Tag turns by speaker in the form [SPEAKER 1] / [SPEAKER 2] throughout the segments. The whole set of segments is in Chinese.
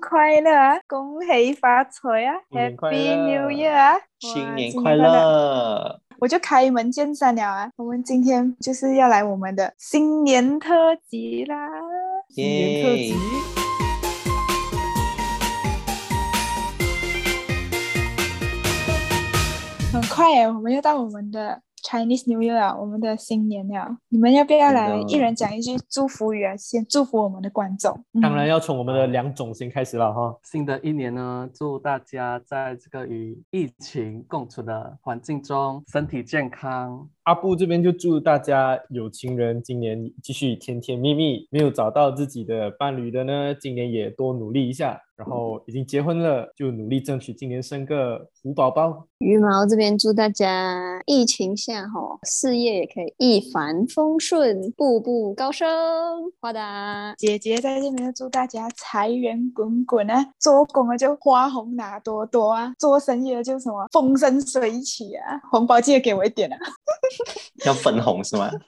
[SPEAKER 1] 快乐啊！恭喜发财啊
[SPEAKER 2] 新年快乐
[SPEAKER 1] ！Happy New Year 啊！
[SPEAKER 2] 新
[SPEAKER 1] 哇
[SPEAKER 2] 年
[SPEAKER 1] 新
[SPEAKER 2] 快乐！
[SPEAKER 1] 我就开门见山了啊！我们今天就是要来我们的新年特辑啦！
[SPEAKER 3] 新年特辑
[SPEAKER 2] 耶。
[SPEAKER 1] 很快耶，我们又到我们的 Chinese New Year 了，我们的新年了。你们要不要来
[SPEAKER 2] 真的
[SPEAKER 1] 一人讲一句祝福语啊？先祝福我们的观众。嗯
[SPEAKER 3] 当然要从我们的梁总先开始了哈。
[SPEAKER 4] 新的一年呢，祝大家在这个与疫情共处的环境中身体健康。
[SPEAKER 3] 阿布这边就祝大家有情人今年继续甜甜蜜蜜，没有找到自己的伴侣的呢，今年也多努力一下。然后已经结婚了，就努力争取今年生个虎宝宝。
[SPEAKER 5] 羽毛这边祝大家疫情下吼，事业也可以一帆风顺，步步高升，发达。
[SPEAKER 1] 姐姐在这边祝大家财源滚滚啊，做工的就花红拿多多啊，做生意的就什么风生水起啊，红包记得给我一点啊。
[SPEAKER 2] 要分红是吗？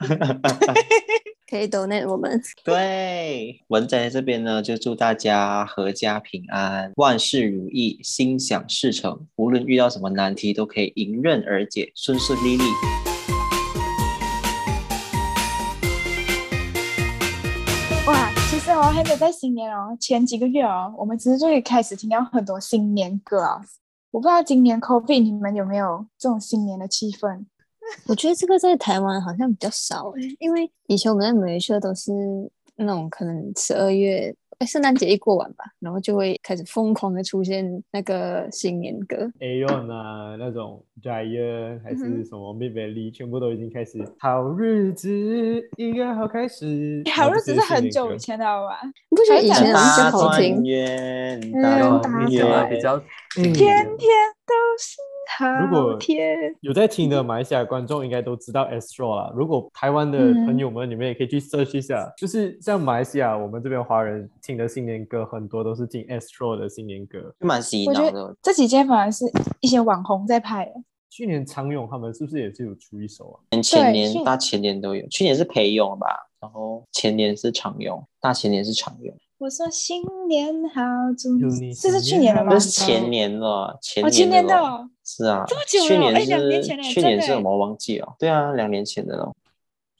[SPEAKER 5] 可以 donate 我们，
[SPEAKER 2] 对，文仔这边呢，就祝大家阖家平安，万事如意，心想事成。无论遇到什么难题，都可以迎刃而解，顺顺利利。
[SPEAKER 1] 哇，其实哦，还没有在新年哦，前几个月哦，我们其实就可以开始听到很多新年歌啊。我不知道今年 COVID 你们有没有这种新年的气氛？
[SPEAKER 5] 我觉得这个在台湾好像比较少诶，因为以前我们在马来西亚都是那种可能十二月，哎，圣诞节一过完吧，然后就会开始疯狂的出现那个新年歌。
[SPEAKER 3] Aon 啊，那种 Giant 还
[SPEAKER 5] 嗯
[SPEAKER 3] 是
[SPEAKER 5] 哼
[SPEAKER 3] 什么 m i b e l y 全部都已经开始。好日子，一个好开始。
[SPEAKER 1] 哎好
[SPEAKER 3] 然后
[SPEAKER 1] 日子
[SPEAKER 3] 这些
[SPEAKER 1] 是
[SPEAKER 3] 新
[SPEAKER 1] 很
[SPEAKER 3] 年
[SPEAKER 1] 久
[SPEAKER 3] 歌
[SPEAKER 1] 以前的了吧？
[SPEAKER 5] 你不觉得以前的比
[SPEAKER 2] 大
[SPEAKER 5] 较好
[SPEAKER 2] 团
[SPEAKER 5] 听？
[SPEAKER 2] 圆，
[SPEAKER 1] 嗯
[SPEAKER 2] 大
[SPEAKER 1] 有
[SPEAKER 2] 团
[SPEAKER 1] 大
[SPEAKER 4] 有啊
[SPEAKER 1] 团
[SPEAKER 2] 圆
[SPEAKER 4] 比。较
[SPEAKER 1] 天
[SPEAKER 3] 嗯
[SPEAKER 1] 天都是
[SPEAKER 3] 如果
[SPEAKER 1] 好天。
[SPEAKER 3] 有在听的马来西亚观众应该都知道 Astro 啦。如果台湾的朋友们，你们也可以去 search 一下，
[SPEAKER 1] 嗯
[SPEAKER 3] 就是像马来西亚我们这边华人听的新年歌，很多都是听 Astro 的新年歌。
[SPEAKER 2] 就蛮洗
[SPEAKER 1] 我觉
[SPEAKER 2] 脑
[SPEAKER 1] 得
[SPEAKER 2] 的，
[SPEAKER 1] 这几天反而是一些网红在拍，
[SPEAKER 3] 去年常勇他们是不是也是有出一首啊？
[SPEAKER 2] 前前
[SPEAKER 1] 去
[SPEAKER 2] 年、大前年都有，去年是裴勇吧，然后前年是常勇，大前年是常勇，
[SPEAKER 1] 我说新年好，祝
[SPEAKER 3] 祝
[SPEAKER 1] 你
[SPEAKER 3] 你
[SPEAKER 1] 这是去
[SPEAKER 3] 新
[SPEAKER 1] 年
[SPEAKER 3] 年
[SPEAKER 1] 了
[SPEAKER 3] 好
[SPEAKER 1] 吗
[SPEAKER 2] 那？是前年了，前
[SPEAKER 1] 哦，前年
[SPEAKER 2] 年
[SPEAKER 1] 的
[SPEAKER 2] 了
[SPEAKER 1] 哦，
[SPEAKER 2] 是啊，
[SPEAKER 1] 这么久了
[SPEAKER 2] 去年
[SPEAKER 1] 哎
[SPEAKER 2] 是
[SPEAKER 1] 两年前了
[SPEAKER 2] 去
[SPEAKER 1] 真
[SPEAKER 2] 年
[SPEAKER 1] 的
[SPEAKER 2] 是什么忘记哦？对啊，两年前的咯。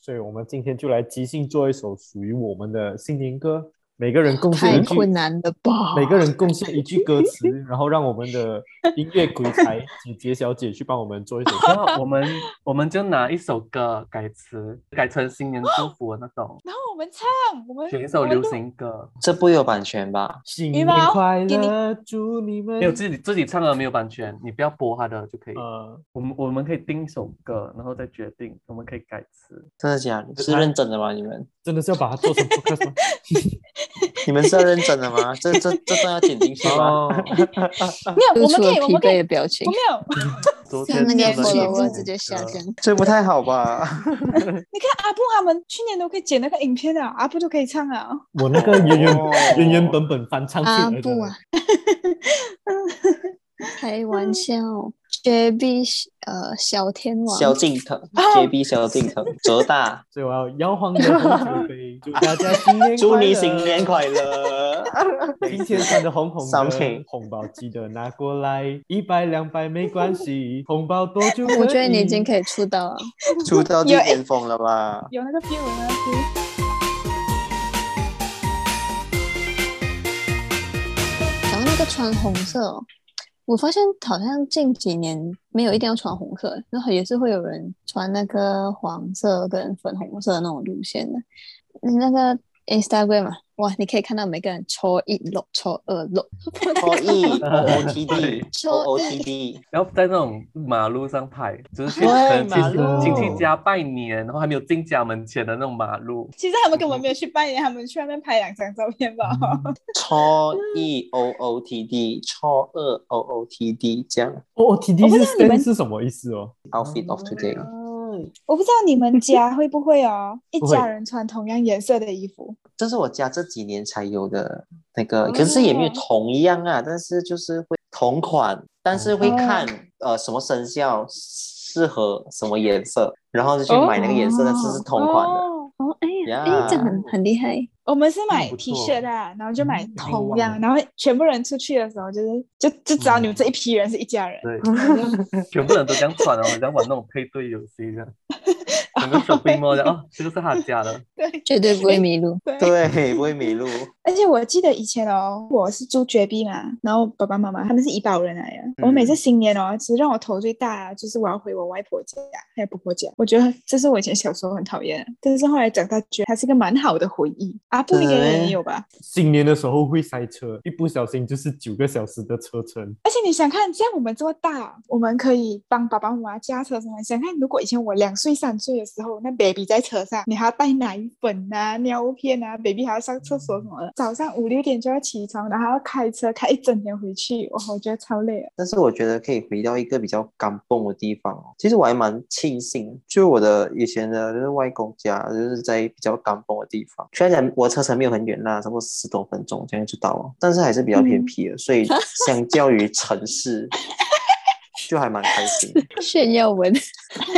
[SPEAKER 3] 所以我们今天就来即兴做一首属于我们的新年歌，每个人贡献
[SPEAKER 5] 太
[SPEAKER 3] 一句，
[SPEAKER 5] 困难了吧？
[SPEAKER 3] 每个人贡献一句歌词，然后让我们的音乐鬼才姐姐小姐去帮我们做一首歌。
[SPEAKER 4] 然 后我们我们就拿一首歌改词，改成新年祝福的那 种，
[SPEAKER 1] 然后我们唱，我们
[SPEAKER 4] 选一首
[SPEAKER 1] 我们
[SPEAKER 4] 流
[SPEAKER 1] 录
[SPEAKER 4] 行歌。
[SPEAKER 2] 这不有版权吧？
[SPEAKER 3] 新
[SPEAKER 1] 羽
[SPEAKER 3] 年
[SPEAKER 1] 毛
[SPEAKER 3] 快
[SPEAKER 1] 给你
[SPEAKER 3] 乐，祝你们
[SPEAKER 4] 没有自己自己唱的没有版权，你不要播他的就可以。
[SPEAKER 3] 呃，
[SPEAKER 4] 我们我们可以定一首歌，然后再决定，我们可以改词。
[SPEAKER 2] 真的假的？
[SPEAKER 3] 是
[SPEAKER 2] 是认真的吗？你们
[SPEAKER 3] 真的是要把它做成 podcast 吗？
[SPEAKER 2] 你们是要认真的吗？这这这段要剪进去吗？
[SPEAKER 4] 哦，
[SPEAKER 1] 没有，我
[SPEAKER 5] 露
[SPEAKER 1] 们可以，
[SPEAKER 5] 出了
[SPEAKER 1] 我
[SPEAKER 5] 疲
[SPEAKER 1] 们可
[SPEAKER 5] 惫的
[SPEAKER 1] 以，
[SPEAKER 5] 表情
[SPEAKER 1] 我，没有。
[SPEAKER 4] 昨天
[SPEAKER 5] 像那个
[SPEAKER 2] 天
[SPEAKER 4] 做的
[SPEAKER 5] follower
[SPEAKER 4] 新
[SPEAKER 5] 直接
[SPEAKER 4] 年
[SPEAKER 5] 下
[SPEAKER 4] 歌
[SPEAKER 5] 降。
[SPEAKER 2] 这不太好 吧？
[SPEAKER 1] 你看阿布他们去年都可以剪那个影片了，阿布都可以唱啊了。
[SPEAKER 3] 我那个原原
[SPEAKER 2] 哦
[SPEAKER 3] 原原本本翻唱
[SPEAKER 5] 阿
[SPEAKER 3] 出来的
[SPEAKER 5] 布啊，开玩笑，JB 呃小天王，
[SPEAKER 2] 萧敬 腾，JB
[SPEAKER 1] 哦
[SPEAKER 2] 萧敬腾，浙大，
[SPEAKER 3] 所以我要摇晃的红 酒杯，祝大家新年快乐，
[SPEAKER 2] 祝你新年快乐。
[SPEAKER 3] 今天穿的红红的
[SPEAKER 2] Something
[SPEAKER 3] 红包记得拿过来，一百两百没关系，红包多就
[SPEAKER 5] 我觉得你已经
[SPEAKER 3] 以。
[SPEAKER 5] 可以出道了。
[SPEAKER 2] 出道
[SPEAKER 1] 有
[SPEAKER 2] 就巅峰了吧？
[SPEAKER 1] 有那个 feel，有那个 feel。
[SPEAKER 5] 然后那个穿红色、哦，我发现好像近几年没有一定要穿红色，然后也是会有人穿那个黄色跟粉红色那种路线的。你那个 Instagram 嘛，哇，你可以看到每个人抽一漏，抽二漏，
[SPEAKER 2] O E O T D
[SPEAKER 5] 抽
[SPEAKER 2] O O T D，
[SPEAKER 4] 然后在那种马路上拍，就是去
[SPEAKER 2] 对
[SPEAKER 4] 可能
[SPEAKER 2] 马
[SPEAKER 3] 路
[SPEAKER 4] 去亲戚家拜年，然后还没有进家门前的那种马路，
[SPEAKER 1] 其实他们根本没有去扮演，他们去外面拍两张照片吧。
[SPEAKER 2] 嗯超 E O O T D，超二 O O T D，这样
[SPEAKER 3] 哦，T
[SPEAKER 1] 我
[SPEAKER 3] D
[SPEAKER 1] 不知
[SPEAKER 3] 是
[SPEAKER 1] 道你们
[SPEAKER 3] stand 是什么意思哦？
[SPEAKER 2] outfit of today。
[SPEAKER 1] 我不知道你们家会不会哦，一
[SPEAKER 3] 不会
[SPEAKER 1] 家人穿同样颜色的衣服。
[SPEAKER 2] 这是我家这几年才有的那个
[SPEAKER 1] 哦，
[SPEAKER 2] 可是也没有同样啊，但是就是会同款，但是会看、
[SPEAKER 1] 哦
[SPEAKER 2] 呃什么生肖适合什么颜色，然后就去买那个颜色，但是是同款的。
[SPEAKER 1] 哦，
[SPEAKER 5] 哦，哎呀，哎，这
[SPEAKER 2] 呀
[SPEAKER 5] 很很厉害，
[SPEAKER 1] 我们是买
[SPEAKER 4] 不
[SPEAKER 1] T
[SPEAKER 4] 错哦
[SPEAKER 1] 恤的啊，然后就买
[SPEAKER 4] 嗯
[SPEAKER 1] 同
[SPEAKER 4] 哇
[SPEAKER 1] 样，然后全部人出去的时候，就是就就只要你们这一批人是一家人，
[SPEAKER 4] 嗯对，全部人都这样穿哦，这样玩那种配对游戏这样，整个 shopping mall 这样哦，这个是他家的，
[SPEAKER 1] 对
[SPEAKER 5] 绝对不会迷路。
[SPEAKER 1] 对
[SPEAKER 2] 对，不会迷路。
[SPEAKER 1] 而且我记得以前哦，我是住绝壁嘛，然后爸爸妈妈他们是怡保人来的。我每
[SPEAKER 4] 嗯
[SPEAKER 1] 次新年哦，其实让我头最大的就是我要回我外婆家还有婆婆家。我觉得这是我以前小时候很讨厌的，但是后来长大觉得它是个蛮好的回忆啊。不应该也有吧？
[SPEAKER 3] 新年的时候会塞车，一不小心就是九个小时的车程。
[SPEAKER 1] 而且你想看，像我们这么大，我们可以帮爸爸妈妈驾车什么。想看，如果以前我两岁三岁的时候，那 baby 在车上，你还要带奶粉啊、尿片啊，baby 还要上厕所什么的。早上五六点就要起床，然后还要开车开一整天回去，哇，我觉得超累了。
[SPEAKER 2] 但是我觉得可以回到一个比较干蹦的地方哦。其实我还蛮庆幸，就我的以前的就是外公家，就是在比较干蹦的地方。虽然我车程没有很远啦，差不多十多分钟这样就到了，但是还是比较
[SPEAKER 1] 嗯
[SPEAKER 2] 偏僻的，所以相较于城市， 就还蛮开 心的。
[SPEAKER 4] 哎
[SPEAKER 5] 炫耀文，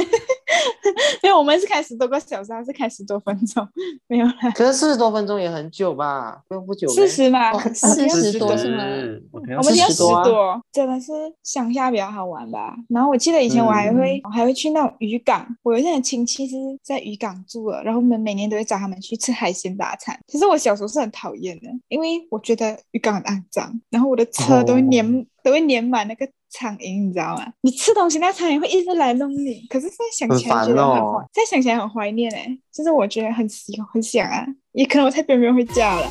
[SPEAKER 1] 因为我们是开十多个小时，还是开十多分钟？ 没有啦，
[SPEAKER 2] 可是四十多分钟也很久吧？不用不久呗。
[SPEAKER 1] 四十嘛
[SPEAKER 5] 哦，
[SPEAKER 1] 我们要
[SPEAKER 5] 四十多
[SPEAKER 1] 40
[SPEAKER 5] 是吗
[SPEAKER 4] 我听到
[SPEAKER 1] 我们要
[SPEAKER 2] 40
[SPEAKER 1] 十
[SPEAKER 2] 多啊
[SPEAKER 1] 多，真的是乡下比较好玩吧。然后我记得以前我还
[SPEAKER 2] 嗯
[SPEAKER 1] 会，我还会去那种渔港。我有一些人亲戚是在渔港住的，然后我们每年都会找他们去吃海鲜大餐。其实我小时候是很讨厌的，因为我觉得渔港很肮脏，然后我的车都会粘，
[SPEAKER 2] 哦
[SPEAKER 1] 都会粘满那个苍蝇，你知道吗？你吃东西，那苍蝇会一直来弄你。可是现在想起来
[SPEAKER 2] 很
[SPEAKER 1] 觉
[SPEAKER 2] 烦
[SPEAKER 1] 得很
[SPEAKER 2] 哦
[SPEAKER 1] 怀，现在想起来很怀念哎、就是我觉得很喜很想啊，也可能我太久没有回家了。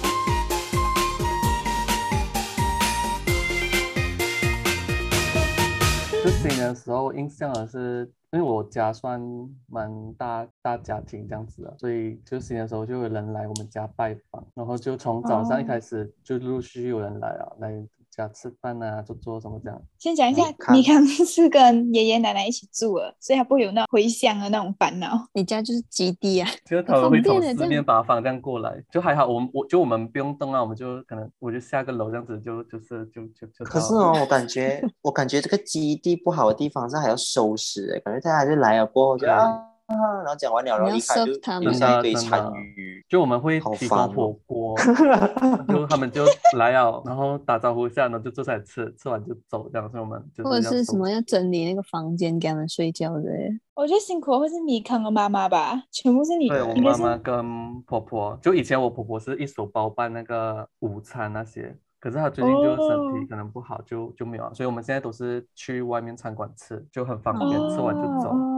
[SPEAKER 4] 就新年的时候，我印象的是，因为我家算蛮大大家庭这样子的，所以就新年的时候就有人来我们家拜访，然后就从早上一
[SPEAKER 1] 哦
[SPEAKER 4] 开始就陆陆续续有人来啊，来家吃饭啊，做做什么这样。
[SPEAKER 1] 先讲一下
[SPEAKER 2] 米，
[SPEAKER 4] 哎
[SPEAKER 2] 糠
[SPEAKER 1] 米康是跟爷爷奶奶一起住的，所以他不会有那种回乡的那种烦恼。
[SPEAKER 5] 你家就是基地啊，
[SPEAKER 4] 就是他们
[SPEAKER 5] 方
[SPEAKER 4] 会从
[SPEAKER 5] 便欸这
[SPEAKER 4] 四
[SPEAKER 5] 样
[SPEAKER 4] 面八方这样过来，就还好我们我就我们不用动啊，我们就可能我就下个楼这样子就就是就就就
[SPEAKER 2] 可
[SPEAKER 4] 到
[SPEAKER 2] 是
[SPEAKER 4] 了
[SPEAKER 2] 哦，我感觉我感觉这个基地不好的地方是还要收拾欸，感觉大家就来了过后就
[SPEAKER 4] 对
[SPEAKER 2] 啊，然后讲完了，然后
[SPEAKER 5] 你要
[SPEAKER 2] 离开
[SPEAKER 5] serve 他
[SPEAKER 2] 就留
[SPEAKER 5] 们
[SPEAKER 2] 下一
[SPEAKER 4] 真的
[SPEAKER 2] 堆
[SPEAKER 4] 真的
[SPEAKER 2] 残余。
[SPEAKER 4] 就我们会
[SPEAKER 2] 好
[SPEAKER 4] 提
[SPEAKER 2] 烦
[SPEAKER 4] 供
[SPEAKER 2] 哦
[SPEAKER 4] 火锅，就他们就来了，然后打招呼一下，然后就坐下来吃，吃完就走这样，所以我们就
[SPEAKER 5] 或者
[SPEAKER 4] 要
[SPEAKER 5] 是
[SPEAKER 4] 走
[SPEAKER 5] 什么要整理那个房间给他们睡觉之类的。
[SPEAKER 1] 我觉得辛苦的会是米康的妈妈吧，全部是你，
[SPEAKER 4] 对我
[SPEAKER 1] 应该
[SPEAKER 4] 妈
[SPEAKER 1] 是
[SPEAKER 4] 妈跟婆婆，就以前我婆婆是一手包办那个午餐那些，可是她最近就身体
[SPEAKER 1] 哦
[SPEAKER 4] 可能不好，就就没有了，啊所以我们现在都是去外面餐馆吃，就很方便，
[SPEAKER 1] 哦
[SPEAKER 4] 吃完就走。
[SPEAKER 1] 哦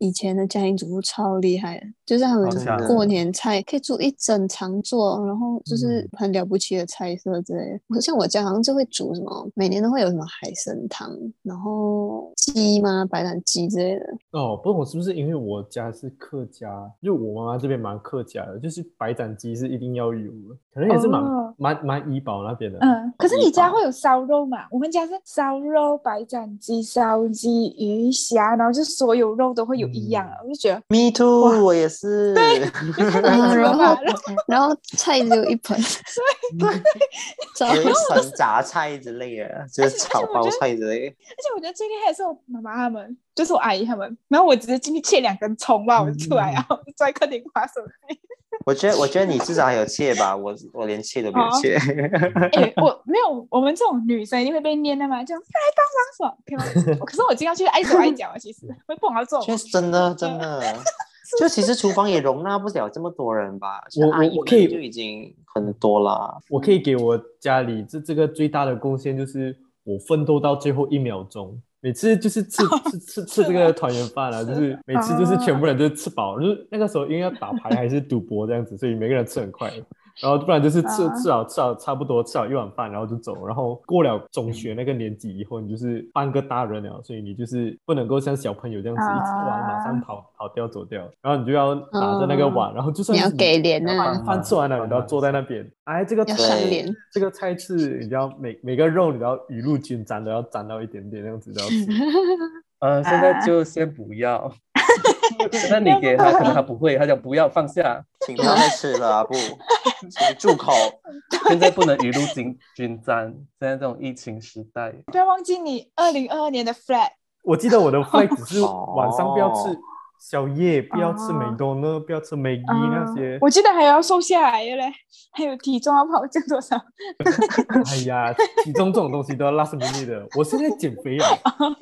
[SPEAKER 5] 以前的家庭主妇超厉害的，就是他们
[SPEAKER 4] 真的
[SPEAKER 5] 过年菜可以煮一整长桌，然后就是很了不起的菜色之类的。我像我家好像就会煮什么，每年都会有什么海参汤，然后鸡嘛，白斩鸡之类的。
[SPEAKER 3] 哦，不懂是不是因为我家是客家，就我妈妈这边蛮客家的，就是白斩鸡是一定要有的，可能也是蛮、
[SPEAKER 1] 哦
[SPEAKER 3] 蛮蛮怡保那边的。
[SPEAKER 1] 嗯，可是你家
[SPEAKER 3] 一般
[SPEAKER 1] 会有烧肉嘛？我们家是烧肉、白斩鸡、烧鸡、鱼虾，然后就所有肉都会有一样啊，我
[SPEAKER 4] 嗯
[SPEAKER 1] 就觉得
[SPEAKER 2] Me too，我也是。
[SPEAKER 5] 啊然 后
[SPEAKER 1] 吧然
[SPEAKER 5] 然后菜只有一盆， 超
[SPEAKER 2] 有一盆杂菜之类的，就是炒包菜之类的。
[SPEAKER 1] 而且我觉得最厉害的是我妈妈他们，就是我阿姨他们，然后我只是进去切两根葱吧，我就出来
[SPEAKER 4] 嗯
[SPEAKER 1] 啊，我就坐在客厅划手机。
[SPEAKER 2] 我觉得，我觉得你至少还有切吧，我我连切都没有
[SPEAKER 5] 哦
[SPEAKER 2] 切。
[SPEAKER 1] 哎、我没有，我们这种女生一定会被念的嘛，就来帮忙什么？可是我经常去碍手碍脚啊，其实我也不好做。
[SPEAKER 2] 确实，真的真的， 就其实厨房也容纳不了这么多人吧。
[SPEAKER 3] 我我
[SPEAKER 2] 阿姨
[SPEAKER 3] 我可以
[SPEAKER 2] 们就已经很多啦。
[SPEAKER 3] 我可以给我家里这这个最大的贡献就是我奋斗到最后一秒钟。每次就是吃吃吃吃这个团圆饭啊，就是每次就是全部人就吃饱，就是那个时候因为要打牌还是赌博这样子，所以每个人吃很快，然后不然就是吃
[SPEAKER 1] 啊
[SPEAKER 3] 吃好吃好差不多吃好一碗饭然后就走，然后过了中学那个年纪以后，你就是半个大人了，所以你就是不能够像小朋友这样子一吃完
[SPEAKER 1] 啊
[SPEAKER 3] 马上跑跑掉走掉，然后你就要拿着那个碗，然后就算
[SPEAKER 5] 你要
[SPEAKER 3] 是
[SPEAKER 5] 给脸
[SPEAKER 3] 然后
[SPEAKER 5] 啊
[SPEAKER 3] 饭饭吃完了，你都要坐在那边。哎，这个
[SPEAKER 5] 要
[SPEAKER 3] 菜
[SPEAKER 5] 上脸，
[SPEAKER 3] 这个菜是你知道每每个肉你都要雨露均沾，都要沾到一点点那样子都要吃。
[SPEAKER 4] 呃，现在就先不要。那你给他，可能他不会，他讲不要放下，
[SPEAKER 2] 请不要再吃 了，阿布，请住口。
[SPEAKER 4] 现在不能雨露均均沾。现在这种疫情时代，
[SPEAKER 1] 不要忘记你二零二二年的 flat，
[SPEAKER 3] 我记得我的 flag 只是晚上不要吃
[SPEAKER 2] 哦，
[SPEAKER 3] 宵夜，不要吃美
[SPEAKER 1] 哦
[SPEAKER 3] 多呢，不要吃美一那
[SPEAKER 1] 嗯
[SPEAKER 3] 些。
[SPEAKER 1] 我记得还要瘦下来的嘞，还有体重要跑降多少？
[SPEAKER 3] 哎呀，体重这种东西都要 last minute 的。我现在减肥啊，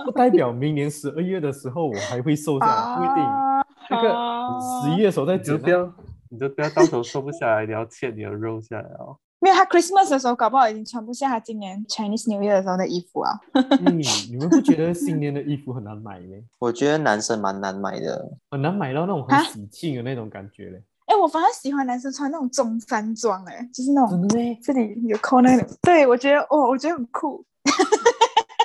[SPEAKER 3] 不代表明年十二月的时候我还会瘦下来，不一定。
[SPEAKER 1] 啊
[SPEAKER 3] 那个
[SPEAKER 1] 啊
[SPEAKER 3] 十一月的时候再
[SPEAKER 4] 你就
[SPEAKER 3] 减
[SPEAKER 4] 不
[SPEAKER 3] 啊，
[SPEAKER 4] 要，你就不要到时候瘦不下来，你要切你的肉下来哦。
[SPEAKER 1] 没有，他 Christmas 的时候搞不好已经穿不下他今年 Chinese New Year 的时候的衣服啊。
[SPEAKER 3] 嗯，你们不觉得新年的衣服很难买吗？
[SPEAKER 2] 我觉得男生蛮难买的，
[SPEAKER 3] 很难买到那种
[SPEAKER 1] 啊
[SPEAKER 3] 很喜庆的那种感觉嘞。
[SPEAKER 1] 哎，我反而喜欢男生穿那种中山装，哎，就是那种
[SPEAKER 3] 真的咩？
[SPEAKER 1] 这里有扣那里，对我觉得哦，我觉得很酷。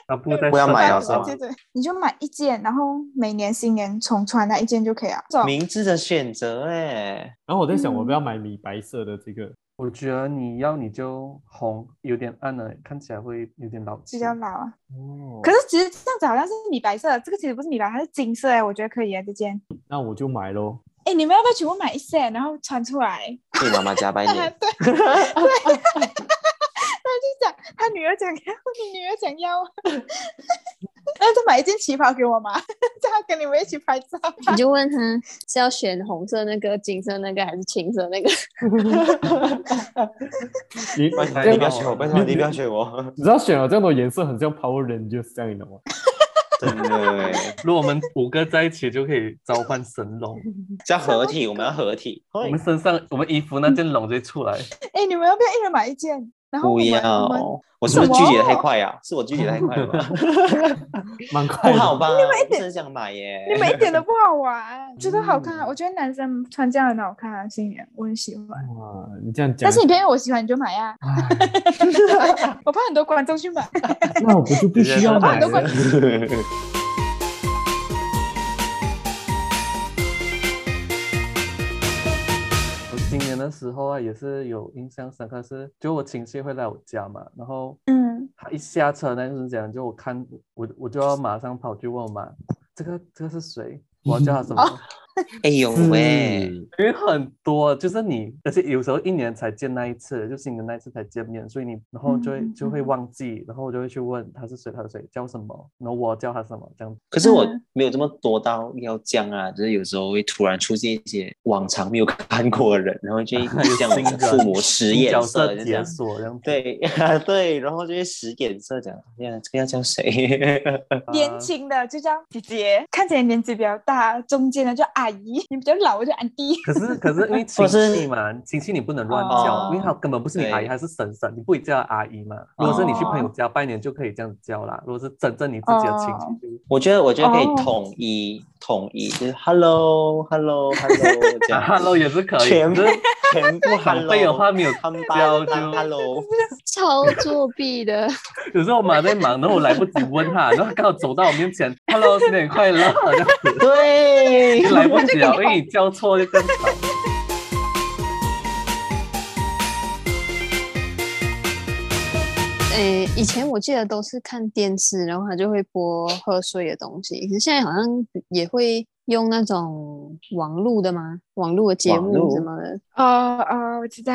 [SPEAKER 4] 那不如再
[SPEAKER 2] 不要
[SPEAKER 4] 瘦
[SPEAKER 2] 买
[SPEAKER 4] 下
[SPEAKER 2] 了
[SPEAKER 4] 来
[SPEAKER 2] 是吗
[SPEAKER 1] 对对，你就买一件，然后每年新年重穿那一件就可以了。这种
[SPEAKER 2] 明智的选择哎，
[SPEAKER 3] 然后我在想，我不
[SPEAKER 1] 嗯
[SPEAKER 3] 要买米白色的这个，
[SPEAKER 4] 我觉得你要你就红，有点暗了，看起来会有点老气。
[SPEAKER 1] 比较老啊。
[SPEAKER 3] 哦
[SPEAKER 1] 可是其实这样子好像是米白色的，这个其实不是米白，它是金色哎、我觉得可以啊，这件。
[SPEAKER 3] 那我就买咯。
[SPEAKER 1] 哎，你们要不要全部买一 set，然后穿出来？
[SPEAKER 2] 给妈妈加班
[SPEAKER 1] 对
[SPEAKER 2] 年，
[SPEAKER 1] 对， 他就讲他女儿讲要， 你女儿讲要，啊 那就买一件旗袍给我嘛， 这样跟你们一起拍照。
[SPEAKER 5] 你就问他是要选红色那个、金色那个还是青色那个？
[SPEAKER 3] 你
[SPEAKER 2] 拜
[SPEAKER 3] 这
[SPEAKER 2] 托
[SPEAKER 3] 样
[SPEAKER 2] 你不要选我，拜托你不要选 我，
[SPEAKER 3] 你知道选了这样多颜色，很像 Power Rangers 这样，你懂吗？
[SPEAKER 2] 真的哎，
[SPEAKER 4] 如果我们五个在一起，就可以召唤神龙。
[SPEAKER 2] 叫合体，我们要合体，
[SPEAKER 4] 我们身上，我们衣服那件龙就会出来。
[SPEAKER 1] 哎，你们要不要一人买一件？然后我
[SPEAKER 2] 不
[SPEAKER 1] 们
[SPEAKER 2] 要
[SPEAKER 1] 我们，
[SPEAKER 2] 我是不是拒绝得太快呀？是我拒绝得太快 了吧？
[SPEAKER 3] 蛮
[SPEAKER 2] 不
[SPEAKER 3] 快
[SPEAKER 2] 好
[SPEAKER 3] 的。
[SPEAKER 2] 吧？我不是很想买耶，
[SPEAKER 1] 你们一点都不好玩，觉得好看啊。我觉得男生穿这样很好看啊，新年我很喜欢。
[SPEAKER 3] 哇，你这样讲
[SPEAKER 1] 但是，你朋友我喜欢你就买呀、
[SPEAKER 3] 唉
[SPEAKER 1] 啊，我怕很多观众去买。
[SPEAKER 3] 那我不就不需要买
[SPEAKER 1] 很多观
[SPEAKER 3] 了？
[SPEAKER 1] 众
[SPEAKER 4] 我今年的时候啊，也是有印象深刻是，就我亲戚会来我家嘛，然后
[SPEAKER 1] 嗯，
[SPEAKER 4] 他一下车那瞬间，就我看我我就要马上跑去问我妈，这个这个是谁？我要叫他什么？
[SPEAKER 1] 哦
[SPEAKER 2] 哎呦喂，
[SPEAKER 3] 嗯
[SPEAKER 4] 因为很多，就是你，而且有时候一年才见那一次，就新年那一次才见面，所以你然后就会
[SPEAKER 1] 嗯嗯
[SPEAKER 4] 就会
[SPEAKER 1] 嗯
[SPEAKER 4] 忘记，然后我就会去问他是谁，他是谁，叫什么，然后我叫他 什么，这样。
[SPEAKER 2] 可是我
[SPEAKER 1] 嗯
[SPEAKER 2] 没有这么多到要这样啊，就是有时候会突然出现一些往常没有看过的人，然后 就向我的父母使
[SPEAKER 4] 新
[SPEAKER 2] 眼
[SPEAKER 4] 角
[SPEAKER 2] 色，
[SPEAKER 4] 色
[SPEAKER 2] 啊就这
[SPEAKER 4] 解
[SPEAKER 2] 样。
[SPEAKER 4] 锁这样子。
[SPEAKER 2] 对 对，然后就会使眼色讲，哎呀，这个要叫谁？
[SPEAKER 4] 啊
[SPEAKER 1] 年轻的就叫姐姐，看起来年纪比较大，中间的就阿姨，你比较老我就安迪。
[SPEAKER 4] 可是可是因为亲
[SPEAKER 2] 或是
[SPEAKER 4] 戚嘛，亲戚你不能乱
[SPEAKER 2] 哦
[SPEAKER 4] 叫，因为他根本不是你阿姨，
[SPEAKER 2] 对
[SPEAKER 4] 他是婶婶，你不会叫她阿姨嘛。如果是你去朋友家拜年就可以这样叫啦，如果是真正你自己的亲
[SPEAKER 1] 哦
[SPEAKER 4] 戚就。
[SPEAKER 2] 我觉得我觉得可以
[SPEAKER 1] 哦
[SPEAKER 2] 统一、统一，就是 hello hello hello 这
[SPEAKER 4] 啊
[SPEAKER 2] 样。
[SPEAKER 4] ，Hello 也是可以，
[SPEAKER 2] 全部
[SPEAKER 4] 只是
[SPEAKER 2] 全部
[SPEAKER 4] 长辈
[SPEAKER 2] hello，
[SPEAKER 4] 的话没有
[SPEAKER 2] 他们
[SPEAKER 4] 教就
[SPEAKER 2] hello，
[SPEAKER 5] 超作弊的，
[SPEAKER 4] 有时候我妈在忙，然后我来不及问她，然后她刚好走到我面前，Hello，新年快乐，这样子
[SPEAKER 2] 对
[SPEAKER 4] 就来不及了，因为你叫错就更惨。
[SPEAKER 5] 诶，以前我记得都是看电视，然后他就会播贺岁的东西，可是现在好像也会用那种网络的吗？网络的节
[SPEAKER 2] 网
[SPEAKER 5] 目
[SPEAKER 2] 络
[SPEAKER 5] 什么的，
[SPEAKER 1] 哦哦，我知道，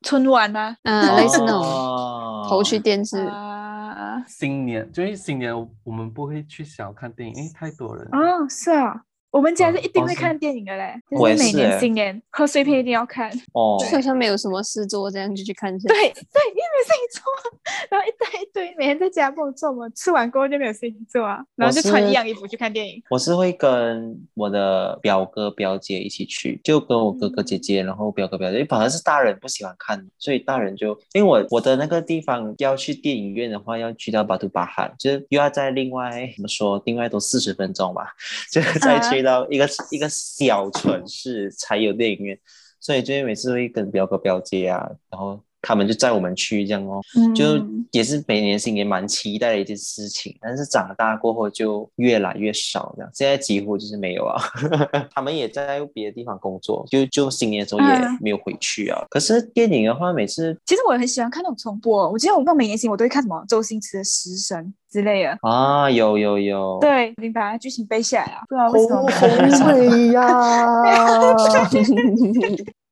[SPEAKER 1] 春晚吗？
[SPEAKER 5] 啊，类似那
[SPEAKER 2] 哦
[SPEAKER 5] 种
[SPEAKER 2] 种
[SPEAKER 5] 投去电视，
[SPEAKER 1] 啊，
[SPEAKER 4] 新年就是新年，我们不会去想看电影，因为太多人。
[SPEAKER 1] 哦，是啊，我们家
[SPEAKER 4] 哦
[SPEAKER 1] 是一定
[SPEAKER 4] 哦
[SPEAKER 1] 会
[SPEAKER 4] 是
[SPEAKER 1] 看电影的嘞，就
[SPEAKER 2] 我也
[SPEAKER 1] 每
[SPEAKER 2] 是欸
[SPEAKER 1] 年新年贺岁片一定要看。
[SPEAKER 2] 哦，
[SPEAKER 5] 就好像没有什么事做，这样就去看一 下。
[SPEAKER 1] 对对，因为没事情做，啊 然后一堆一堆，每天在家不懂做嘛，吃完过后就没有事情做啊，然后就穿
[SPEAKER 2] 我是
[SPEAKER 1] 一样衣服去看电影。
[SPEAKER 2] 我是会跟我的表哥表姐一起去，就跟我哥哥
[SPEAKER 1] 嗯
[SPEAKER 2] 姐姐，然后表哥表姐，因为反而是大人不喜欢看，所以大人就因为我我的那个地方要去电影院的话，要去到巴杜巴汉，就是又要在另外怎么说，另外都四十分钟吧，
[SPEAKER 1] 嗯
[SPEAKER 2] 就是再去
[SPEAKER 1] 啊
[SPEAKER 2] 到一个、一个小城市才有电影院，所以就是每次会跟表哥表姐啊，然后他们就载我们去这样哦，就
[SPEAKER 1] 嗯
[SPEAKER 2] 也是每年新年蛮期待的一件事情，但是长大过后就越来越少这样，现在几乎就是没有啊。 他们也在别的地方工作，就就新年的时候也
[SPEAKER 1] 嗯
[SPEAKER 2] 没有回去啊。可是电影的话，每次
[SPEAKER 1] 其实我很喜欢看那种重播，我记得我到每年新我都会看什么周星驰的《食神》之类的。
[SPEAKER 2] 啊，有有有，
[SPEAKER 1] 对，已经把它剧情背下来了，
[SPEAKER 5] 哦
[SPEAKER 1] 不知道为什么，
[SPEAKER 3] 伟呀！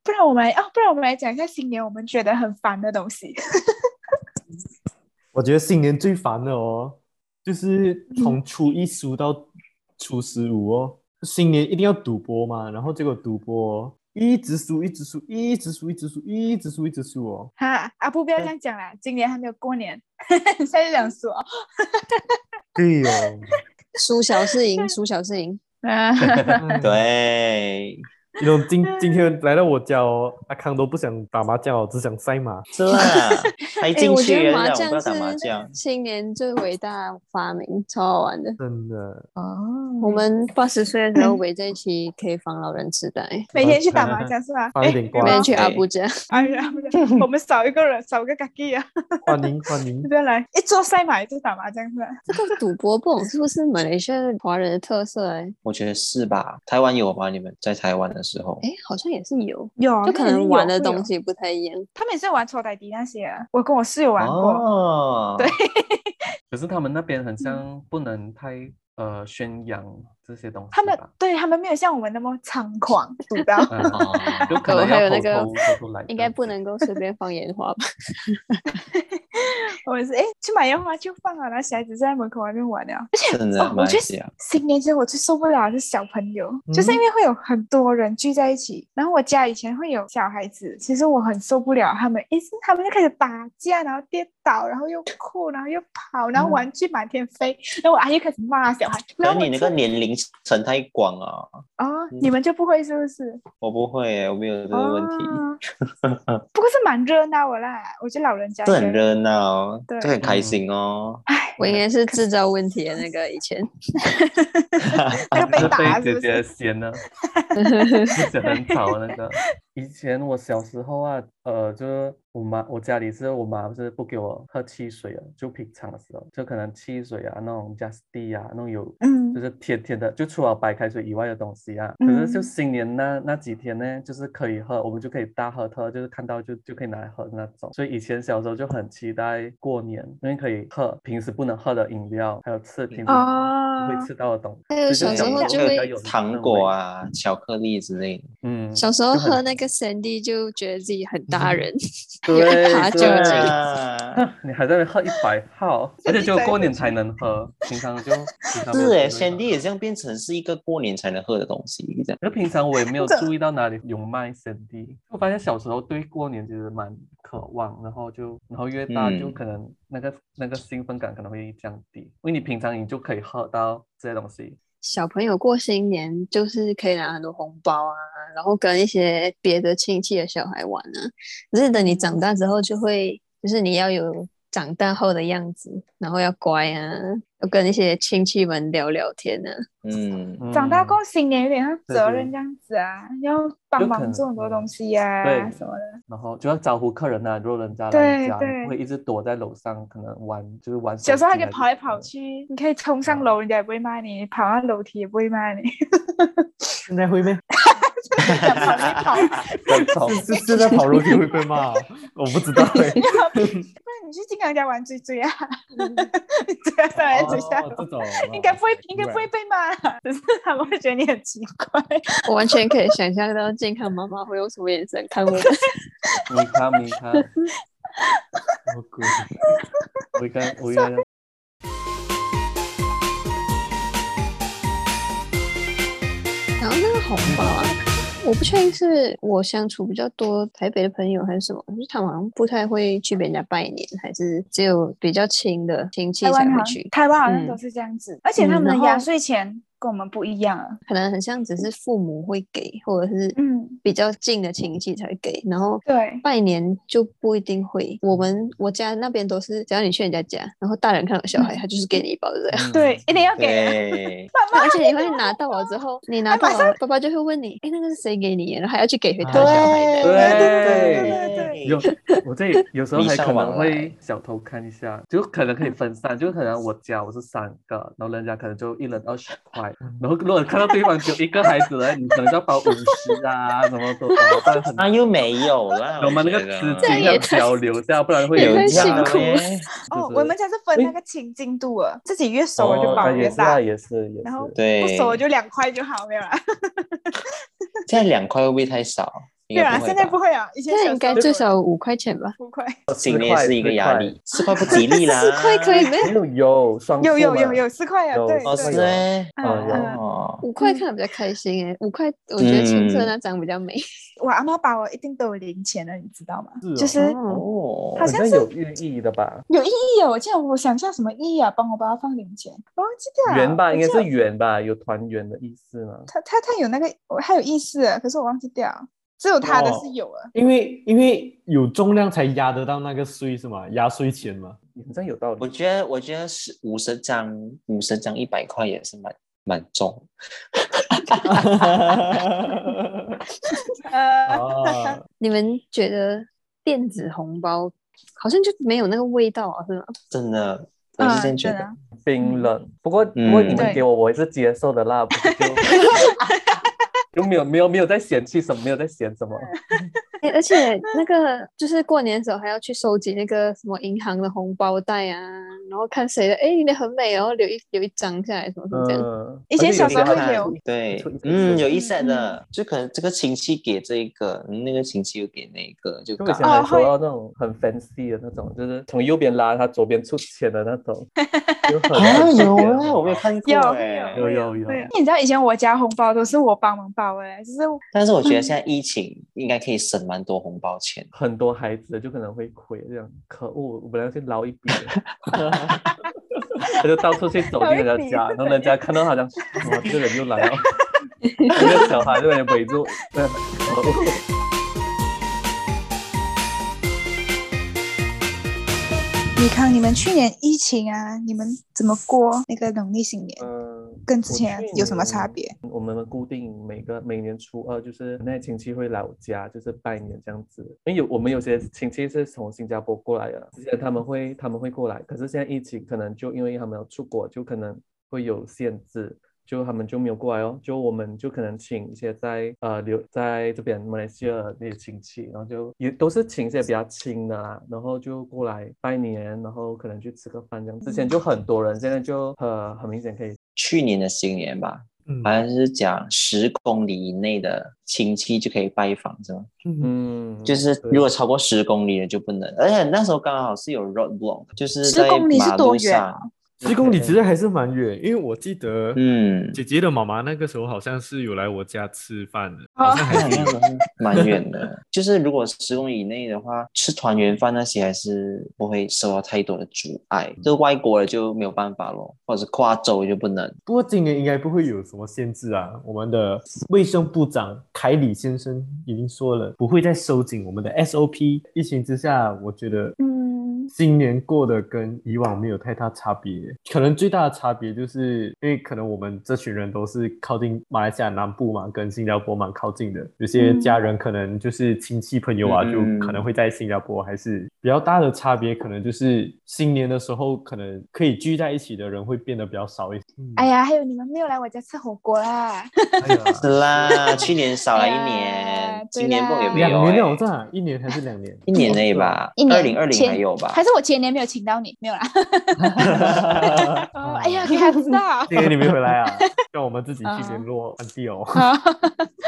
[SPEAKER 1] 不然我们来啊，不然我们来讲一下新年我们觉得很烦的东西。
[SPEAKER 3] 我觉得新年最烦的哦，就是从初一数到初十五哦。新年一定要赌博嘛，然后结果赌博哦一直输，一直输，一直输，一直输，一直输，一直输哦。
[SPEAKER 1] 哈，阿布不要这样讲啦，今年还没有过年， 现在就想 说，
[SPEAKER 3] 对哦，
[SPEAKER 5] 输小是赢，输小是赢。
[SPEAKER 1] 啊，
[SPEAKER 3] 哎，
[SPEAKER 2] 对，
[SPEAKER 3] 你懂今今天来到我家哦，阿康都不想打麻将哦，只想塞马。
[SPEAKER 2] 是啦，还
[SPEAKER 5] 哎，
[SPEAKER 2] 进
[SPEAKER 5] 我
[SPEAKER 2] 去
[SPEAKER 5] 觉
[SPEAKER 2] 人
[SPEAKER 5] 得
[SPEAKER 2] 家
[SPEAKER 5] 麻
[SPEAKER 2] 我不
[SPEAKER 5] 将
[SPEAKER 2] 要打麻将
[SPEAKER 5] 是，青年最伟大发明，超好玩的。
[SPEAKER 3] 真的，
[SPEAKER 5] 哦，我们八十岁的时候围在一起，可以防老人痴呆，
[SPEAKER 1] 每天去打麻将是吧？
[SPEAKER 3] 放
[SPEAKER 1] 哎，
[SPEAKER 3] 一点
[SPEAKER 1] 羽
[SPEAKER 3] 瓜
[SPEAKER 5] 每
[SPEAKER 1] 毛
[SPEAKER 5] 天去
[SPEAKER 2] 对
[SPEAKER 5] 阿布家。
[SPEAKER 1] 哎 呀，不是我们少一个人，少一个 gaki 啊！
[SPEAKER 3] 欢迎欢迎
[SPEAKER 1] 你，不要来，一桌赛马，一桌打麻将是吧？
[SPEAKER 5] 这 个赌博不懂是不是马来西亚华人的特色、欸？哎，
[SPEAKER 2] 我觉得是吧？台湾有吗？你们在台湾的时候，
[SPEAKER 5] 哎，好像也是有，
[SPEAKER 1] 有啊
[SPEAKER 5] 就可能玩的东，西不太一样。
[SPEAKER 1] 他们也是玩抽呆迪那些啊。我跟我室友玩过，
[SPEAKER 2] 哦，
[SPEAKER 1] 对
[SPEAKER 4] 可是他们那边很像不能太呃宣扬这些东西吧，。
[SPEAKER 1] 他们对他们没有像我们那么猖狂赌 到
[SPEAKER 4] 嗯，
[SPEAKER 2] 哦，
[SPEAKER 4] 有可能
[SPEAKER 5] 还有
[SPEAKER 4] 要
[SPEAKER 5] 那
[SPEAKER 4] 偷
[SPEAKER 5] 个
[SPEAKER 4] 偷偷偷来，
[SPEAKER 5] 应该不。能够随便放烟花吧？
[SPEAKER 1] 我们是哎去买烟花就放啊，然后小孩子在门口外面玩了。
[SPEAKER 2] 真的
[SPEAKER 1] 哦，
[SPEAKER 2] 啊马
[SPEAKER 1] 我
[SPEAKER 2] 来
[SPEAKER 1] 觉
[SPEAKER 2] 西
[SPEAKER 1] 得
[SPEAKER 2] 亚，
[SPEAKER 1] 新年节我最受不了的是小朋友，就是因为会有很多人聚在一起。然后我家以前会有小孩子，其实我很受不了他们，一直他们就开始打架，然后跌倒，然后又哭，然后又跑，然后玩具满天飞。然后我阿姨开始骂小孩，
[SPEAKER 2] 可
[SPEAKER 1] 然后
[SPEAKER 2] 能
[SPEAKER 1] 我
[SPEAKER 2] 你那个年龄层太广啊，
[SPEAKER 1] 哦，你们就不会是不是？
[SPEAKER 2] 我不会耶，我没有这个问题。
[SPEAKER 1] 哦，不过是蛮热闹的啦，我觉得老人家
[SPEAKER 2] 这很
[SPEAKER 1] 觉得
[SPEAKER 2] 热闹，
[SPEAKER 1] 对
[SPEAKER 2] 这很开心哦。
[SPEAKER 5] 我应该是制造问题的那个以前。
[SPEAKER 1] 那个被
[SPEAKER 4] 是
[SPEAKER 1] 打
[SPEAKER 4] 被
[SPEAKER 1] 是不
[SPEAKER 4] 姐
[SPEAKER 1] 是？
[SPEAKER 4] 姐
[SPEAKER 1] 嫌
[SPEAKER 4] 嫌呢，就嫌很吵那个。以前我小时候啊，呃，就是我妈，我家里是我妈不是不给我喝汽水啊，就平常的时候，就可能汽水啊，那种 Just Tea 啊，那种有
[SPEAKER 1] 嗯
[SPEAKER 4] 就，是甜甜的，就除了白开水以外的东西啊。可是就
[SPEAKER 1] 嗯
[SPEAKER 4] 新年那那几天呢，就是可以喝，我们就可以大喝特喝，就是看到就就可以拿来喝的那种。所以以前小时候就很期待过年，因为可以喝平时不能喝的饮料，还有吃平时不
[SPEAKER 1] 哦
[SPEAKER 4] 会，吃到的东西。
[SPEAKER 5] 还有
[SPEAKER 4] 所
[SPEAKER 5] 小
[SPEAKER 4] 以
[SPEAKER 5] 时候
[SPEAKER 4] 小
[SPEAKER 5] 就
[SPEAKER 4] 时候比较
[SPEAKER 5] 会，
[SPEAKER 4] 有
[SPEAKER 2] 糖果，啊、巧克力之类的。
[SPEAKER 4] 嗯，
[SPEAKER 5] 小时候
[SPEAKER 4] 就很
[SPEAKER 5] 喝那个 Sandy 就觉得自己很大人，
[SPEAKER 4] 对
[SPEAKER 5] 爬酒
[SPEAKER 4] 对
[SPEAKER 5] 精
[SPEAKER 2] 啊，
[SPEAKER 4] 你还在那边喝一百号，而且只有过年才能喝，平常就平常没
[SPEAKER 2] 是
[SPEAKER 4] 有机
[SPEAKER 2] 哎，
[SPEAKER 4] 会
[SPEAKER 2] 先
[SPEAKER 4] 喝
[SPEAKER 2] 帝也这样变成是一个过年才能喝的东西，这样。
[SPEAKER 4] 可是平常我也没有
[SPEAKER 1] 这
[SPEAKER 4] 注意到哪里有卖圣地。我发现小时候对过年其实蛮渴望，然后就然后越大就
[SPEAKER 2] 嗯
[SPEAKER 4] 可能那个、那个兴奋感可能会降低，因为你平常你就可以喝到这些东西。
[SPEAKER 5] 小朋友过新年就是可以拿很多红包啊，然后跟一些别的亲戚的小孩玩啊。可是等你长大之后，就会就是你要有长大后的样子，然后要乖啊，要跟一些亲戚们聊聊天啊。
[SPEAKER 2] 嗯，
[SPEAKER 1] 长大
[SPEAKER 4] 嗯
[SPEAKER 1] 过后新年有点像
[SPEAKER 4] 对
[SPEAKER 1] 责
[SPEAKER 4] 对
[SPEAKER 1] 任这样子啊，要帮
[SPEAKER 4] 有可
[SPEAKER 1] 忙
[SPEAKER 4] 能
[SPEAKER 1] 做很多
[SPEAKER 4] 嗯
[SPEAKER 1] 东西呀、
[SPEAKER 4] 对
[SPEAKER 1] 什么的。
[SPEAKER 4] 然后就要招呼客人啊，如果人家来
[SPEAKER 1] 对
[SPEAKER 4] 家，你
[SPEAKER 1] 对
[SPEAKER 4] 不会一直躲在楼上，可能玩就是玩手机
[SPEAKER 1] 小
[SPEAKER 4] 还是什
[SPEAKER 1] 时候还可以
[SPEAKER 4] 么的。
[SPEAKER 1] 跑来跑去，你可以冲上
[SPEAKER 4] 嗯
[SPEAKER 1] 楼，人家也不会骂你；跑上楼梯也不会骂你。
[SPEAKER 3] 现在会咩？
[SPEAKER 1] 想跑没跑？
[SPEAKER 2] 真丑
[SPEAKER 3] 是是在跑楼梯会被骂哦， 我不知道哎。
[SPEAKER 1] 不然你去金刚家玩追追啊，追啊上来追下
[SPEAKER 3] 哦
[SPEAKER 1] 楼
[SPEAKER 3] 这。种
[SPEAKER 1] 应该不会，应该不会被骂，只是他们会觉得你很奇怪。
[SPEAKER 5] 我完全可以想象到健康妈妈会用什么眼神 看我们。
[SPEAKER 4] 米咖米咖，
[SPEAKER 3] 什么鬼
[SPEAKER 4] 我应该我应该。
[SPEAKER 5] 然后那个红包啊，我不确定是我相处比较多台北的朋友还是什么，就是他们好像不太会去别人家拜年，还是只有比较亲的亲戚
[SPEAKER 1] 台
[SPEAKER 5] 才
[SPEAKER 1] 湾
[SPEAKER 5] 会
[SPEAKER 1] 好
[SPEAKER 5] 去
[SPEAKER 1] 像，。台湾好像
[SPEAKER 5] 嗯
[SPEAKER 1] 都是这样子，而且他
[SPEAKER 5] 嗯
[SPEAKER 1] 们
[SPEAKER 5] 然
[SPEAKER 1] 的压
[SPEAKER 5] 后
[SPEAKER 1] 岁钱跟我们不一样啊。
[SPEAKER 5] 可能很像只是父母会给，或者是
[SPEAKER 1] 嗯，
[SPEAKER 5] 比较近的亲戚才会给，然后
[SPEAKER 1] 对，
[SPEAKER 5] 拜年就不一定会。我们我家那边都是，只要你去人家家，然后大人看到小孩，
[SPEAKER 1] 嗯
[SPEAKER 5] 他就是给你一包这样。
[SPEAKER 1] 对，一定要给啊。
[SPEAKER 2] 对，
[SPEAKER 5] 而且你会拿到了之后，你拿到
[SPEAKER 1] 哎马
[SPEAKER 5] 了，爸爸就会问你，哎，那个是谁给你的？然后还要去给回他的
[SPEAKER 3] 啊
[SPEAKER 5] 小孩的。
[SPEAKER 1] 对对对
[SPEAKER 4] 有，我这里有时候
[SPEAKER 2] 迷
[SPEAKER 4] 还
[SPEAKER 2] 上
[SPEAKER 4] 可能
[SPEAKER 2] 往
[SPEAKER 4] 会
[SPEAKER 2] 来
[SPEAKER 4] 小偷看一下，就可能可以分散，就可能我家我是三个，然后人家可能就一人二十块，
[SPEAKER 2] 嗯
[SPEAKER 4] 然后如果看到对方只有一个孩子呢，你可能就要包五十啊，什么都怎么 办？很
[SPEAKER 2] 啊又没有啦，
[SPEAKER 4] 我们那个
[SPEAKER 2] 觉得啊
[SPEAKER 4] 资
[SPEAKER 5] 这样
[SPEAKER 4] 金
[SPEAKER 5] 也
[SPEAKER 4] 要
[SPEAKER 5] 太
[SPEAKER 4] 交流掉，不然会
[SPEAKER 5] 也
[SPEAKER 4] 有
[SPEAKER 5] 太
[SPEAKER 4] 价
[SPEAKER 5] 辛
[SPEAKER 4] 的
[SPEAKER 5] 苦
[SPEAKER 4] 耶
[SPEAKER 1] 哦，
[SPEAKER 5] 了
[SPEAKER 4] 就是
[SPEAKER 1] 我们家是分
[SPEAKER 4] 诶
[SPEAKER 1] 那个亲近度啊，自己越熟
[SPEAKER 4] 哦
[SPEAKER 1] 了就包
[SPEAKER 4] 啊也
[SPEAKER 1] 越
[SPEAKER 4] 是啊，
[SPEAKER 1] 大，
[SPEAKER 4] 也是也
[SPEAKER 1] 然后
[SPEAKER 4] 是。
[SPEAKER 1] 不
[SPEAKER 2] 对，
[SPEAKER 1] 熟了就两块就好，没有啦。
[SPEAKER 2] 现在两块会不会太少？应
[SPEAKER 1] 没有
[SPEAKER 2] 该
[SPEAKER 1] 啦，
[SPEAKER 2] 不会
[SPEAKER 1] 现在
[SPEAKER 2] 吧
[SPEAKER 1] 不会啊，以前小
[SPEAKER 5] 那应
[SPEAKER 1] 时
[SPEAKER 5] 该
[SPEAKER 1] 候
[SPEAKER 5] 最少五块钱吧？
[SPEAKER 1] 五块。
[SPEAKER 2] 新年是一个压力，四块不吉 利啦。
[SPEAKER 5] 四块可以没？
[SPEAKER 4] 没有有双
[SPEAKER 1] 有
[SPEAKER 4] 数
[SPEAKER 1] 有有
[SPEAKER 4] 嘛
[SPEAKER 1] 有四块啊，
[SPEAKER 4] 有
[SPEAKER 1] 对
[SPEAKER 2] 哦，是
[SPEAKER 4] 四块
[SPEAKER 1] 对。
[SPEAKER 2] 嘞，
[SPEAKER 1] 嗯
[SPEAKER 4] 有
[SPEAKER 1] 嗯，
[SPEAKER 2] 哦，
[SPEAKER 5] 五块看的比较开心诶，五块我觉得青色那张比较美。
[SPEAKER 1] 我阿妈把我一定都有零钱了，你知道吗？
[SPEAKER 3] 是哦
[SPEAKER 1] 嗯就是
[SPEAKER 5] 哦，
[SPEAKER 2] 哦
[SPEAKER 1] 好
[SPEAKER 4] 好
[SPEAKER 1] 像
[SPEAKER 4] 像
[SPEAKER 1] 是
[SPEAKER 4] 有寓意的吧？
[SPEAKER 1] 有意义啊！我记得我想一下什么意义啊，帮我把它放零钱，我忘记掉了。
[SPEAKER 4] 圆吧，
[SPEAKER 1] 我
[SPEAKER 4] 应该
[SPEAKER 1] 记得
[SPEAKER 4] 是圆吧，有团圆的意思嘛。
[SPEAKER 1] 他他他有那个，我还有意思啊，可是我忘记掉，只有他的
[SPEAKER 3] 哦
[SPEAKER 1] 是有啊。
[SPEAKER 3] 因为因为有重量才压得到那个税是吗？ 压岁钱 嘛。
[SPEAKER 4] 好像有道
[SPEAKER 2] 我
[SPEAKER 4] 理，
[SPEAKER 2] 觉得我觉得是五十张五十张一百块也是蛮蛮重。
[SPEAKER 4] 哦
[SPEAKER 1] 呃，
[SPEAKER 3] 啊，
[SPEAKER 5] 你们觉得电子红包好像就没有那个味道啊，是吗？
[SPEAKER 2] 真的，我是这样觉
[SPEAKER 1] 嗯真的
[SPEAKER 2] 得。
[SPEAKER 1] 啊
[SPEAKER 4] 冰冷。不过不过你
[SPEAKER 2] 嗯
[SPEAKER 4] 们
[SPEAKER 1] 对
[SPEAKER 4] 给我，我也是接受的啦，不是就 就没有没有没有在嫌弃什么，没有在嫌什么。
[SPEAKER 5] 诶哎而且那个就是过年的时候还要去收集那个什么银行的红包袋啊，然后看谁的哎你的很美，然后留一留一张下来什么什么这样。
[SPEAKER 4] 嗯，
[SPEAKER 1] 以前
[SPEAKER 4] 而且
[SPEAKER 1] 小
[SPEAKER 4] 有
[SPEAKER 1] 时候
[SPEAKER 4] 些
[SPEAKER 1] 会
[SPEAKER 4] 看
[SPEAKER 1] 留
[SPEAKER 2] 对
[SPEAKER 4] 出一，个
[SPEAKER 2] 嗯，有
[SPEAKER 4] 一
[SPEAKER 2] 一 set 的，就可能这个亲戚给这一个，嗯那个亲戚又给那一个，就
[SPEAKER 4] 就以
[SPEAKER 2] 刚
[SPEAKER 4] 前
[SPEAKER 1] 哦
[SPEAKER 4] 还
[SPEAKER 1] 会
[SPEAKER 4] 收到那种很 fancy 的那种，就是从右边拉，它 左边出钱的那种，就很
[SPEAKER 2] 啊有啊，
[SPEAKER 4] 啊，
[SPEAKER 2] 我没有看过
[SPEAKER 1] 有
[SPEAKER 2] 哎、
[SPEAKER 4] 有有有，
[SPEAKER 1] 对，啊你知道以前我家红包都是我帮忙包的嘞，就是
[SPEAKER 2] 但是我觉得现在疫情应该可以省蛮多红包钱。
[SPEAKER 4] 很多孩子就可能会亏，这样可恶，我本来要去捞一笔的，他就到处去走进人家家，然后人家看到他讲，哇，这个人又来了，这个小孩就被围住，嗯可恶
[SPEAKER 1] 你看你们去年疫情啊，你们怎么过那个农历新年？
[SPEAKER 4] 嗯，
[SPEAKER 1] 跟之前
[SPEAKER 4] 我去
[SPEAKER 1] 有什么差别？
[SPEAKER 4] 年？我们固定每个每年初二就是那些亲戚会来我家，就是拜年这样子。因为有我们有些亲戚是从新加坡过来的，之前他们会他们会过来，可是现在疫情可能就因为他们要出国，就可能会有限制。就他们就没有过来哦，就我们就可能请一些在呃留在这边马来西亚的那些亲戚，然后就也都是请一些比较亲的啦，然后就过来拜年，然后可能去吃个饭这样。之前就很多人，现在就呃很明显可以
[SPEAKER 2] 去年的新年吧，
[SPEAKER 3] 嗯
[SPEAKER 2] 好像是讲十公里以内的亲戚就可以拜访，是吗？
[SPEAKER 3] 嗯
[SPEAKER 4] 嗯，
[SPEAKER 2] 就是
[SPEAKER 4] 对
[SPEAKER 2] 如果超过十公里的就不能，而且那时候刚好是有 roadblock，就是
[SPEAKER 1] 10
[SPEAKER 2] 在
[SPEAKER 1] 公里是
[SPEAKER 2] 马
[SPEAKER 1] 多
[SPEAKER 2] 路
[SPEAKER 1] 远啊
[SPEAKER 2] 上，
[SPEAKER 3] 十公里其实还是蛮远，因为我记得，
[SPEAKER 2] 嗯
[SPEAKER 3] 姐姐的妈妈那个时候好像是有来我家吃饭的，
[SPEAKER 1] 哦
[SPEAKER 3] 好像还
[SPEAKER 2] 那
[SPEAKER 3] 挺
[SPEAKER 2] 那种蛮远的。就是如果十公里以内的话，吃团圆饭那些还是不会受到太多的阻碍。就是外国的就没有办法咯，或者是跨州就不能。
[SPEAKER 3] 不过今年应该不会有什么限制啊。我们的卫生部长凯里先生已经说了，不会再收紧我们的 SOP。疫情之下，我觉得，
[SPEAKER 1] 嗯，
[SPEAKER 3] 今年过得跟以往没有太大差别。可能最大的差别就是因为可能我们这群人都是靠近马来西亚南部嘛，跟新加坡蛮靠近的，有些
[SPEAKER 1] 嗯
[SPEAKER 3] 家人可能就是亲戚朋友啊，
[SPEAKER 2] 嗯
[SPEAKER 3] 就可能会在新加坡，还是比较大的差别，可能就是新年的时候，可能可以聚在一起的人会变得比较少一些。嗯
[SPEAKER 1] 哎呀，还有你们没有来我家吃火锅啊啦，
[SPEAKER 3] 哎呀
[SPEAKER 2] 是啦，去年 少了一
[SPEAKER 1] 哎呀
[SPEAKER 2] 年，
[SPEAKER 1] 对
[SPEAKER 2] 今年不也没
[SPEAKER 3] 两
[SPEAKER 2] 有、
[SPEAKER 3] 年了，我
[SPEAKER 2] 欸。
[SPEAKER 3] 在哪？一年还是两年？。
[SPEAKER 2] 一年内吧
[SPEAKER 1] 一，年
[SPEAKER 2] 二零二零
[SPEAKER 1] 前
[SPEAKER 2] 还有吧
[SPEAKER 1] 还？是我前年没有请到你，没有啦。 哦哎呀，给他知道
[SPEAKER 3] 今年啊你没 回来啊？让我们自己去联络安迪哦。
[SPEAKER 1] 好，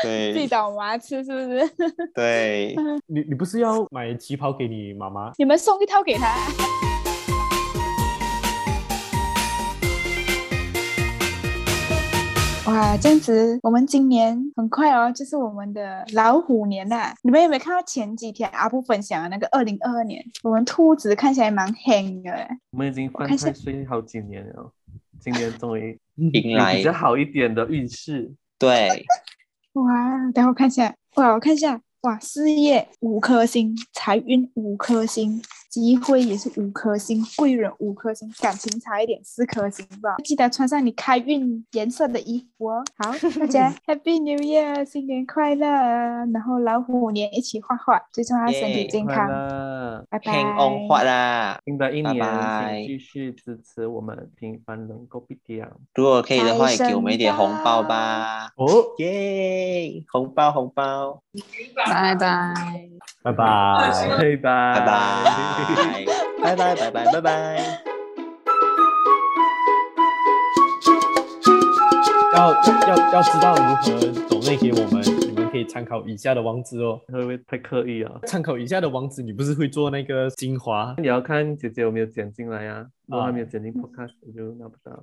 [SPEAKER 1] 自己
[SPEAKER 2] 对
[SPEAKER 1] 找我妈吃是不是？
[SPEAKER 2] 对，
[SPEAKER 1] 嗯
[SPEAKER 3] 你你不是要买旗袍给你妈妈？
[SPEAKER 1] 你们送一套给他。 哇，这样子，我们今年很快哦，就是我们的老虎年呐、你们有没有看到前几天阿布分享的那个二零二二年，我们兔子看起来蛮黑的欸，
[SPEAKER 4] 我们已经
[SPEAKER 1] 看
[SPEAKER 4] 犯
[SPEAKER 1] 是
[SPEAKER 4] 太岁好几年了，今年终 于
[SPEAKER 3] 嗯
[SPEAKER 2] 迎
[SPEAKER 4] 有
[SPEAKER 2] 来
[SPEAKER 4] 比较好一点的运势。
[SPEAKER 2] 对，
[SPEAKER 1] 哇，等会我看一下，哇，我看一下，哇，事业五颗星，财运五颗星，机会也是五颗星，贵人五颗星，感情差一点四颗星吧。记得穿上你开运颜色的衣服哦。好，大家 Happy New Year，新年快乐！然后老虎年一起画画，最重要身体
[SPEAKER 2] Yeah，
[SPEAKER 1] 健
[SPEAKER 4] 快
[SPEAKER 1] 康。
[SPEAKER 4] 乐！
[SPEAKER 1] 拜拜。
[SPEAKER 2] hang
[SPEAKER 1] 哎
[SPEAKER 2] on 画啦。
[SPEAKER 4] 新的一
[SPEAKER 2] 拜
[SPEAKER 4] 年，
[SPEAKER 2] 拜
[SPEAKER 4] 请继续支持我们平凡人 Go B D 啊！
[SPEAKER 2] 如果可以的话，也
[SPEAKER 1] 财神
[SPEAKER 2] 给我们一点红包吧。
[SPEAKER 3] 哦，
[SPEAKER 2] 耶，红包红包，
[SPEAKER 5] 拜拜。
[SPEAKER 3] 拜拜。
[SPEAKER 1] 啊
[SPEAKER 4] 拜
[SPEAKER 2] 拜
[SPEAKER 4] 拜拜
[SPEAKER 2] 拜， 拜拜拜拜拜拜。
[SPEAKER 3] 要要要知道如何抖内给我们，你们可以参考以下的网址哦。
[SPEAKER 4] 会不会太刻意啊？
[SPEAKER 3] 参考以下的网址，你不是会做那个精华？
[SPEAKER 4] 你要看姐姐有没有剪进来啊？如果她没有剪进 Podcast，我就拿不到。